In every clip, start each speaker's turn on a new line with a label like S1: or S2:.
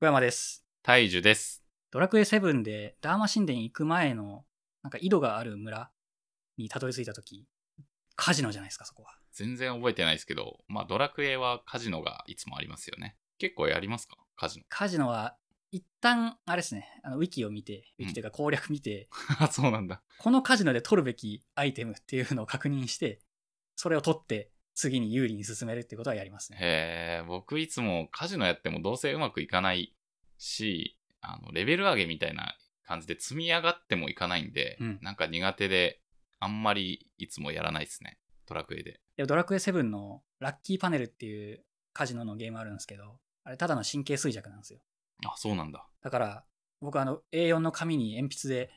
S1: 小山です。
S2: 大樹です。
S1: ドラクエ7でダーマ神殿行く前の、なんか井戸がある村にたどり着いたとき、カジノじゃないですか、そこは。
S2: 全然覚えてないですけど、まあドラクエはカジノがいつもありますよね。結構やりますかカジノ。
S1: カジノは、一旦、あれですね、あのウィキを見て、ウ
S2: うん
S1: ィキというか攻略見て、
S2: あ、そうなんだ。
S1: このカジノで取るべきアイテムっていうのを確認して、それを取って、次に有利に進めるってことはやりますね。
S2: へえ、僕いつもカジノやってもどうせうまくいかないし、あの、レベル上げみたいな感じで積み上がってもいかないんで、
S1: うん
S2: なんか苦手で、あんまりいつもやらないですね。ドラクエで。
S1: でもドラクエ7のラッキーパネルっていうカジノのゲームあるんですけど、あれただの神経衰弱なんですよ。
S2: あ、そうなんだ。
S1: だから、僕あの A4 の紙に鉛筆で、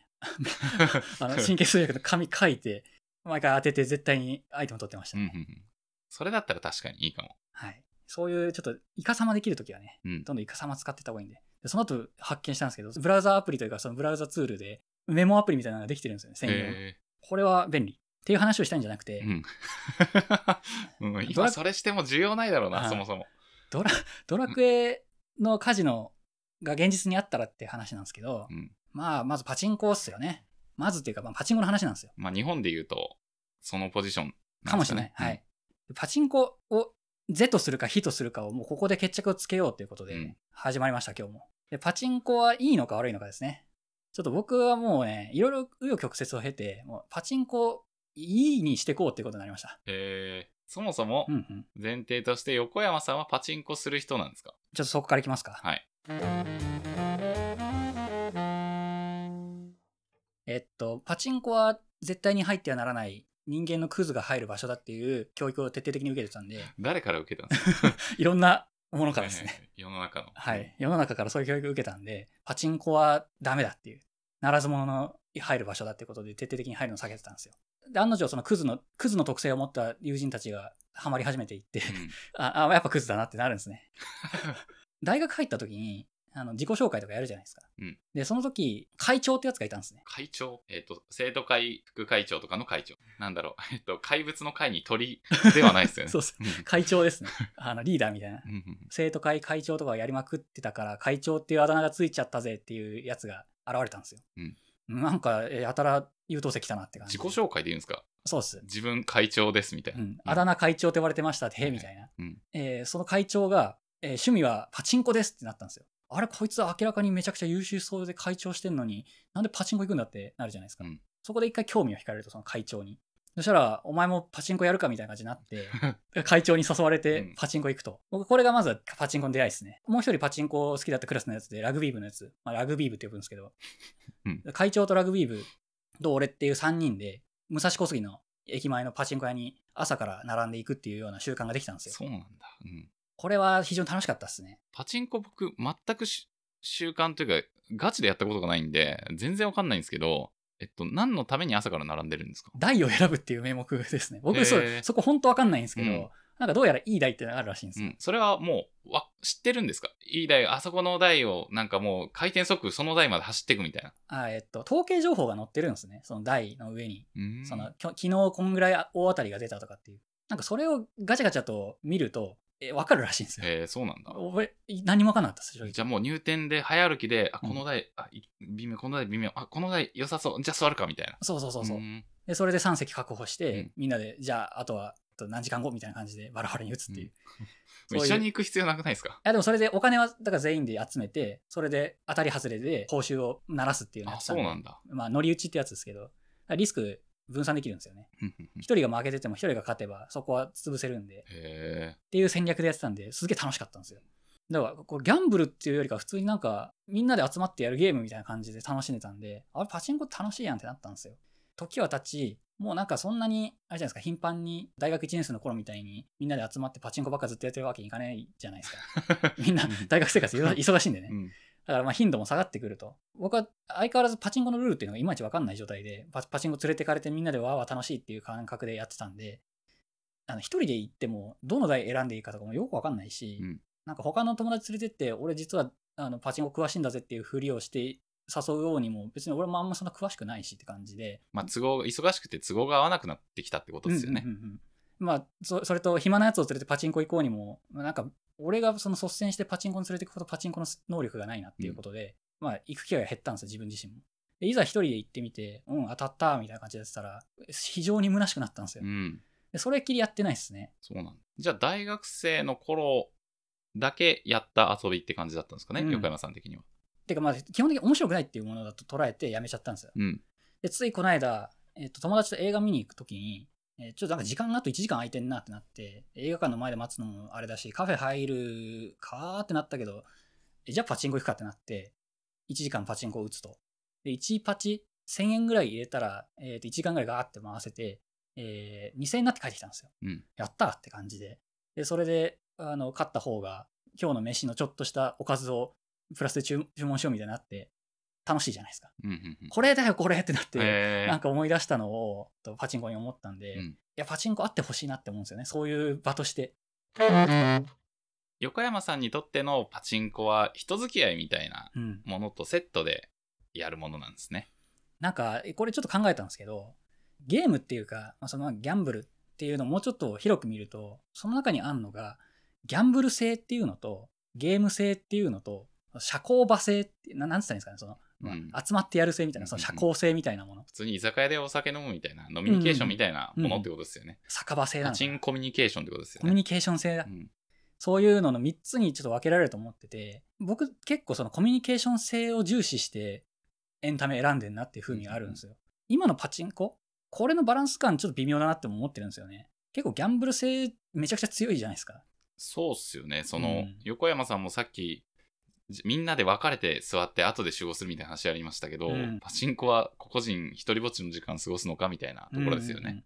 S1: あの 神経衰弱の紙書いて、毎回当てて絶対にアイテム取ってました
S2: うんう
S1: ね、
S2: んうん。それだったら確かにいいかも。
S1: はい。そういうちょっとイカサマできるときはね、
S2: うん
S1: どんどんイカサマ使ってった方がいいんで。でその後発見したんですけど、ブラウザアプリというかそのブラウザツールでメモアプリみたいなのができてるんですよね、専用の。
S2: へ
S1: これは便利。っていう話をしたいんじゃなくて、
S2: え。 うん。うん今それしても需要ないだろう
S1: は
S2: な、
S1: い
S2: そもそも。
S1: ドラドラクエのカジノが現実にあったらって話なんですけど、
S2: うん
S1: まあ、まずパチンコっすよね。まずっていうか、まあ、パチンコの話なんですよ。
S2: まあ日本で言うと、そのポジション
S1: かもしれない。
S2: うん
S1: はい。パチンコを是とするか非とするかをもうここで決着をつけようということ
S2: う
S1: で
S2: ん
S1: 始まりました、今日も。で、パチンコはいいのか悪いのかですね。ちょっと僕はもうね、いろいろ紆余曲折を経て、もうパチンコをいいにしていこうっていうことになりました。
S2: えーそもそも
S1: うんうん。
S2: 前提として横山さんはパチンコする人なんですか
S1: ちょっとそこからいきますか。
S2: はい。
S1: えっと、パチンコは絶対に入ってはならない人間のクズが入る場所だっていう教育を徹底的に受けてたん で、
S2: 誰から受けたんですか
S1: いろんなものからですね
S2: は。いはい 世の中の。
S1: はい。。世の中からそういう教育を受けたんで、パチンコはダメだっていう、ならず者の入る場所だってことで徹底的に入るのを避けてたんですよ。で、案の定、そのクズの、クズの特性を持った友人たちがハマり始めていって、 あ、あ、やっぱクズだなってなるんです ね。大学入った時に、あの、自己紹介とかやるじゃないですか。
S2: うん
S1: で、その時、会長ってやつがいたんですね。
S2: 会長えっ、と、生徒会副会長とかの会長。なんだろう。 えっ、と、怪物の会に鳥ではないですよ ね。
S1: そうそう
S2: うん
S1: 会長ですね。あの、リーダーみたいな。
S2: うんうん
S1: 生徒会会長とかをやりまくってたから会長っていうあだ名がついちゃったぜっていうやつが現れたんですよ、
S2: うん
S1: なんかえやたら優等生来たなって感じ
S2: 自己紹介で言うんですか
S1: そうっす、
S2: 自分会長ですみたいうな。
S1: ん、あだ名会長って言われてましたってへえみたいな、
S2: うん
S1: えーその会長が、えー趣味はパチンコですってなったんですよあれこいつは明らかにめちゃくちゃ優秀そうで会長してんのになんでパチンコ行くんだってなるじゃないですか、
S2: うん
S1: そこで一回興味を惹かれるとその会長にそしたらお前もパチンコやるかみたいな感じにな って会長に誘われ
S2: う
S1: て
S2: ん
S1: パチンコ行くと、僕これがまずはパチンコの出会いですねもう一人パチンコ好きだったクラスのやつでラグビー部のやつ、まあ、ラグビー部って呼ぶんですけど、
S2: うん
S1: 会長とラグビー部と俺っていう3人で武蔵小杉の駅前のパチンコ屋に朝から並んでいくっていうような習慣ができたんですよ
S2: そうなんだ。うん
S1: これは非常に楽しかったですね
S2: パチンコ僕全くし習慣というかガチでやったことがないんで全然わかんないんですけどえっと何のために朝から並んでるんですか
S1: 台を選ぶっていう名目ですね僕そう
S2: へー
S1: そこ本当わかんないんですけど、
S2: うん
S1: なんかどうやらいい台っていうのがあるらしいんです
S2: う
S1: よ、
S2: ん、それはもうわ知ってるんですかいい台あそこの台をなんかもう回転速その台まで走っていくみたいな
S1: あえっと統計情報が載ってるんですねその台の上に
S2: うーん
S1: そのきょ昨日こんぐらい大当たりが出たとかっていう。なんかそれをガチャガチャと見ると、え分かるらしいんですよ。
S2: えー、そうなんだ
S1: 俺、何も分かんなかったです、正直
S2: じゃあもう入店で早歩きであ
S1: うん
S2: この台、あい微妙この台微妙あこの台良さそうじゃあ座るかみたいな
S1: そうそうそうそう
S2: ー。ん
S1: で、それで3席確保して、
S2: うん
S1: みんなで、じゃあ、あとはあと何時間後みたいな感じでバラバラに打つっていう。
S2: うん
S1: いそういう
S2: 一緒に行く必要なくないですか
S1: や、でもそれでお金は、だから全員で集めて、それで当たり外れで報酬を鳴らすっていうのをやっ
S2: あ
S1: て
S2: そ
S1: たん
S2: う
S1: で
S2: なんだ
S1: まあ、乗り打ちってやつですけど、だからリスク分散できるんですよね。
S2: うんうんうん
S1: 一人が負けてても一人が勝てば、そこは潰せるんで。
S2: へえ
S1: っていう戦略でやってたんですげえ楽しかったんですよだからこうギャンブルっていうよりかは普通になんかみんなで集まってやるゲームみたいな感じで楽しんでたんであれパチンコ楽しいやんってなったんですよ時は経ちもうなんかそんなにあれじゃないですか頻繁に大学1年生の頃みたいにみんなで集まってパチンコばっかずっとやってるわけにいかないじゃないですかみんな大学生活いろ忙しいんでね
S2: うん
S1: だからまあ頻度も下がってくると。僕は相変わらずパチンコのルールっていうのがいまいちわかんない状態で、パパチンコ連れてかれてみんなでわーわー楽しいっていう感覚でやってたんで、あの一人で行ってもどの台選んでいいかとかもよくわかんないし、
S2: うん
S1: なんか他の友達連れてって、俺実はあのパチンコ詳しいんだぜっていうふりをして誘うようにも、別に俺もあんまそんな詳しくないしって感じで。
S2: まあ都合忙しくて都合が合わなくなってきたってことですよね、
S1: うんうんうんうんまあそ、それと暇なやつを連れてパチンコ行こうにも、なんか俺がその率先してパチンコに連れていくほどパチンコの能力がないなっていうことで、まあ、行く機会が減ったんですよ、自分自身も。でいざ一人で行ってみて、うん、当たった、みたいな感じでやってたら、非常に虚しくなったんですよ
S2: う。ん。
S1: でそれっきりやってないですね。
S2: そうなんだじゃあ、大学生の頃だけやった遊びって感じだったんですかね、
S1: うん
S2: 横山さん的には。
S1: てか、まあ、基本的に面白くないっていうものだと捉えてやめちゃったんですよ。
S2: うん。
S1: で、ついこの間、えっと友達と映画見に行くときに、えーちょっとなんか時間があと1時間空いてんなってなって、映画館の前で待つのもあれだし、カフェ入るかーってなったけど、えじゃあパチンコ行くかってなって、1時間パチンコを打つと。で、1パチ1000円ぐらい入れたら、えーと1時間ぐらいガーって回せて、えー2000円になって帰ってきたんですよ。
S2: うん
S1: やったーって感じで。で、それで、あの、勝った方が、今日の飯のちょっとしたおかずをプラスで注注文しようみたいになって、楽しいじゃないですか。
S2: うんうんうん。
S1: これだよ、これってなって、
S2: え
S1: なんか思い出したのをとパチンコに思ったんで、
S2: うん
S1: いやパチンコあってほしいなって思うんですよねそういう場として
S2: 横山さんにとってのパチンコは人付き合いみたいな
S1: うん
S2: ものとセットでやるものなんですね。
S1: なんかこれちょっと考えたんですけどゲームっていうか、まあ、そのギャンブルっていうのをもうちょっと広く見るとその中にあんのがギャンブル性っていうのとゲーム性っていうのと社交場性ってななんつったらいいんですかねその、まあ
S2: うん
S1: 集まってやる性みたいなその社交性みたいなもの
S2: 普通に居酒屋でお酒飲むみたいな、飲みニケーションみたいなものってことですよね。
S1: 酒場性な
S2: パ
S1: の
S2: チ
S1: か
S2: ン
S1: な
S2: コミュニケーションってことですよ
S1: コミュ
S2: ね。
S1: ニケーション性だ
S2: うん
S1: そういうのの3つにちょっと分けられると思ってて、僕結構そのコミュニケーション性を重視してエンタメ選んでんなっていう風味があるんですよ。今のパチンコこれのバランス感ちょっと微妙だなっても思ってるんですよね。結構ギャンブル性めちゃくちゃ強いじゃないですか。
S2: そうっすよね。そうの
S1: ん、
S2: 横山さんもさっき、じみんなで分かれて座って後で集合するみたいな話ありましたけど、
S1: うん
S2: パチンコは個々人一人ぼっちの時間過ごすのかみたいなところですよね。
S1: うんうんうん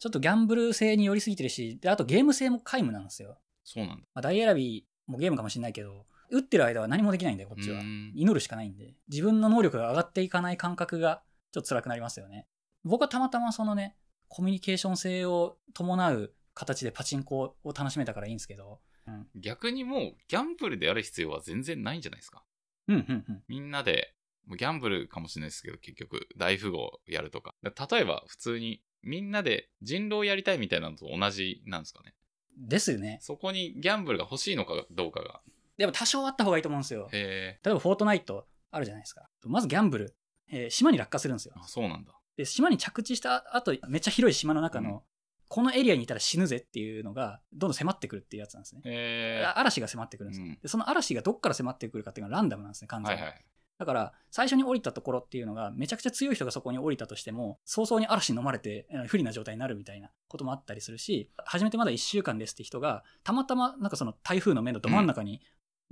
S1: ちょっとギャンブル性に寄りすぎてるし、であとゲーム性も皆無なんですよ。
S2: そうなんだ。
S1: まあ、大選びもゲームかもしれないけど、打ってる間は何もできないんだよ、こっちは。
S2: うん
S1: 祈るしかないんで自分の能力が上がっていかない感覚がちょっと辛くなりますよね僕はたまたまそのねコミュニケーション性を伴う形でパチンコを楽しめたからいいんですけど
S2: 逆にもう、ギャンブルでやる必要は全然ないんじゃないですか。
S1: うんうんうん
S2: みんなで、もうギャンブルかもしれないですけど、結局、大富豪やるとか。だ例えば、普通に、みんなで人狼やりたいみたいなのと同じなんですかね。
S1: ですよね
S2: そこにギャンブルが欲しいのかどうかが。
S1: でも多少あった方がいいと思うんですよ例
S2: へえ、
S1: えばフォートナイトあるじゃないですかまずギャンブル、えー島に落下するんですよ
S2: あ、そうなんだ。
S1: で島に着地した後めっちゃ広い島の中の、
S2: うん
S1: このエリアにいたら死ぬぜっていうのがどんどん迫ってくるっていうやつなんですね
S2: へ
S1: あ嵐が迫ってくるんですよ、
S2: うん
S1: でその嵐がどっから迫ってくるかっていうのはランダムなんですね
S2: え、
S1: 完
S2: は
S1: 全
S2: い
S1: に、
S2: はい。
S1: だから、最初に降りたところっていうのが、めちゃくちゃ強い人がそこに降りたとしても、早々に嵐に飲まれて、えー不利な状態になるみたいなこともあったりするし、初めてまだ1週間ですって人が、たまたま、なんかその台風の目のど真ん中に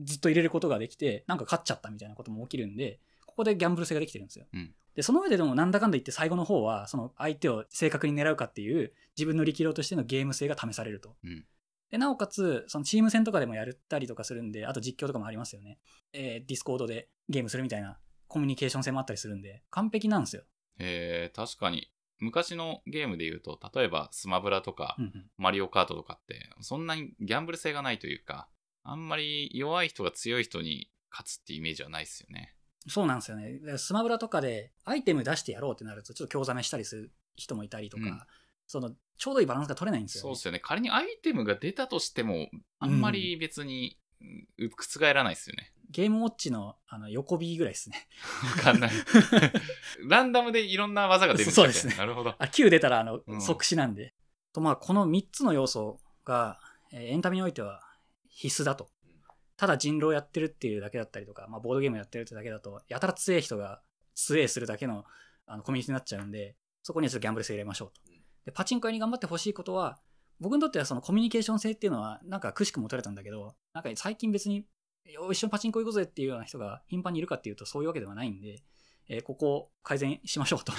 S1: ずっと入れることができて、なんか勝っちゃったみたいなことも起きるんで、ここでギャンブル性ができてるんですよ。
S2: うん
S1: で、その上ででも、なんだかんだ言って最後の方は、その相手を正確に狙うかっていう、自分の力量としてのゲーム性が試されると。
S2: うん
S1: でなおかつ、そのチーム戦とかでもやったりとかするんで、あと実況とかもありますよね。えー、ディスコードでゲームするみたいなコミュニケーション性もあったりするんで、完璧なんですよ。
S2: えー、確かに昔のゲームで言うと例えばスマブラとか
S1: うんうん
S2: マリオカートとかってそんなにギャンブル性がないというかあんまり弱い人が強い人に勝つってイメージはないですよね
S1: そうなんですよね。でスマブラとかでアイテム出してやろうってなると、ちょっと興ざめしたりする人もいたりとか、
S2: うん
S1: その、ちょうどいいバランスが取れないんですよ、
S2: そう
S1: ね。
S2: ですよね仮にアイテムが出たとしてもあんまり別にうん覆らないですよ ね
S1: ゲームウォッチのあの横 B ぐらいですね。
S2: わかんない ランダムでいろんな技が出るん
S1: そうですね
S2: なるほど
S1: あ、9出たらあの
S2: うん
S1: 即死なんで。と、まあ、この3つの要素が、えーエンタメにおいては必須だと。ただ人狼やってるっていうだけだったりとか、まあ、ボードゲームやってるってだけだと、やたら強い人が強いするだけのあのコミュニティになっちゃうんで、そこにはちょっとギャンブル性入れましょうと。で、パチンコ屋に頑張ってほしいことは、僕にとってはそのコミュニケーション性っていうのは、なんかくしくも取れたんだけど、なんか最近別に、よ一緒にパチンコ行こうぜっていうような人が頻繁にいるかっていうと、そういうわけではないんで、えーここを改善しましょうと。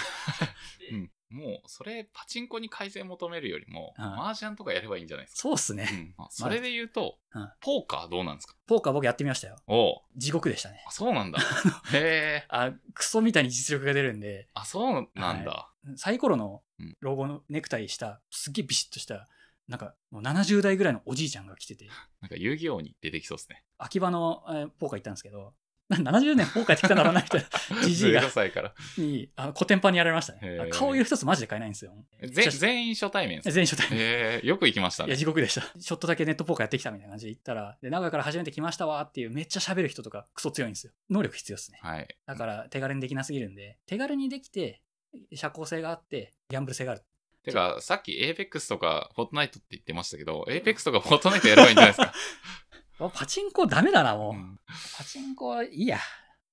S2: うんもうそれパチンコに改善求めるよりも
S1: うん
S2: 麻雀とかやればいいんじゃないですか
S1: そうっすね。
S2: うんあそれで言うと
S1: うん
S2: ポーカーどうなんですか
S1: ポーカー僕やってみましたよ。
S2: おう
S1: 地獄でしたね。
S2: あ、そう なんだ。へえ。
S1: あ、クソみたいに実力が出るんで、
S2: あ、そうなんだ。
S1: サイコロの
S2: うん
S1: ロゴのネクタイした、すっげえビシッとした、なんかもう70代ぐらいのおじいちゃんが来てて、
S2: なんか遊戯王に出てきそうですね。
S1: 秋葉の、えーポーカー行ったんですけど、な70年本帰ってきたんだろう なみたいなじじいが
S2: 15歳から。
S1: にあのコテンパンにやられましたね
S2: へー
S1: 顔色一つマジで変えないんですよ
S2: ぜ
S1: 全
S2: 全員初対面 です。
S1: 全員初対面
S2: えー、よく行きました
S1: いや
S2: ね。
S1: 地獄でしたちょっとだけネットポーカーやってきたみたいな感じで行ったらで名古屋から初めて来ましたわーっていうめっちゃ喋る人とかクソ強いんですよ能力必要ですね
S2: はい。
S1: だから手軽にできなすぎるんで手軽にできて社交性があってギャンブル性がある
S2: てか、さっき Apex とか Fortnite って言ってましたけど、Apex とか Fortnite やればいいんじゃないですか。
S1: あパチンコダメだな もう、
S2: うん
S1: パチンコはいいや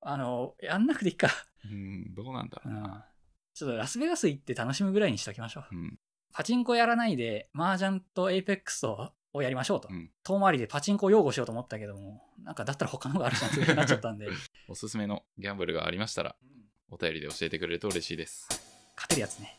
S1: あのやんなくていいか、
S2: うん、どうなんだ
S1: う
S2: ろうな。
S1: ん、ちょっとラスベガス行って楽しむぐらいにしときましょう
S2: うん。
S1: パチンコやらないで、麻雀とエイペックスををやりましょうと。
S2: うん
S1: 遠回りでパチンコを擁護しようと思ったけども、なんかだったら他の方があるじゃんってなっちゃったんで、勝
S2: おすすめのギャンブルがありましたら、お便りで教えてくれると嬉しいです。
S1: てるやつね。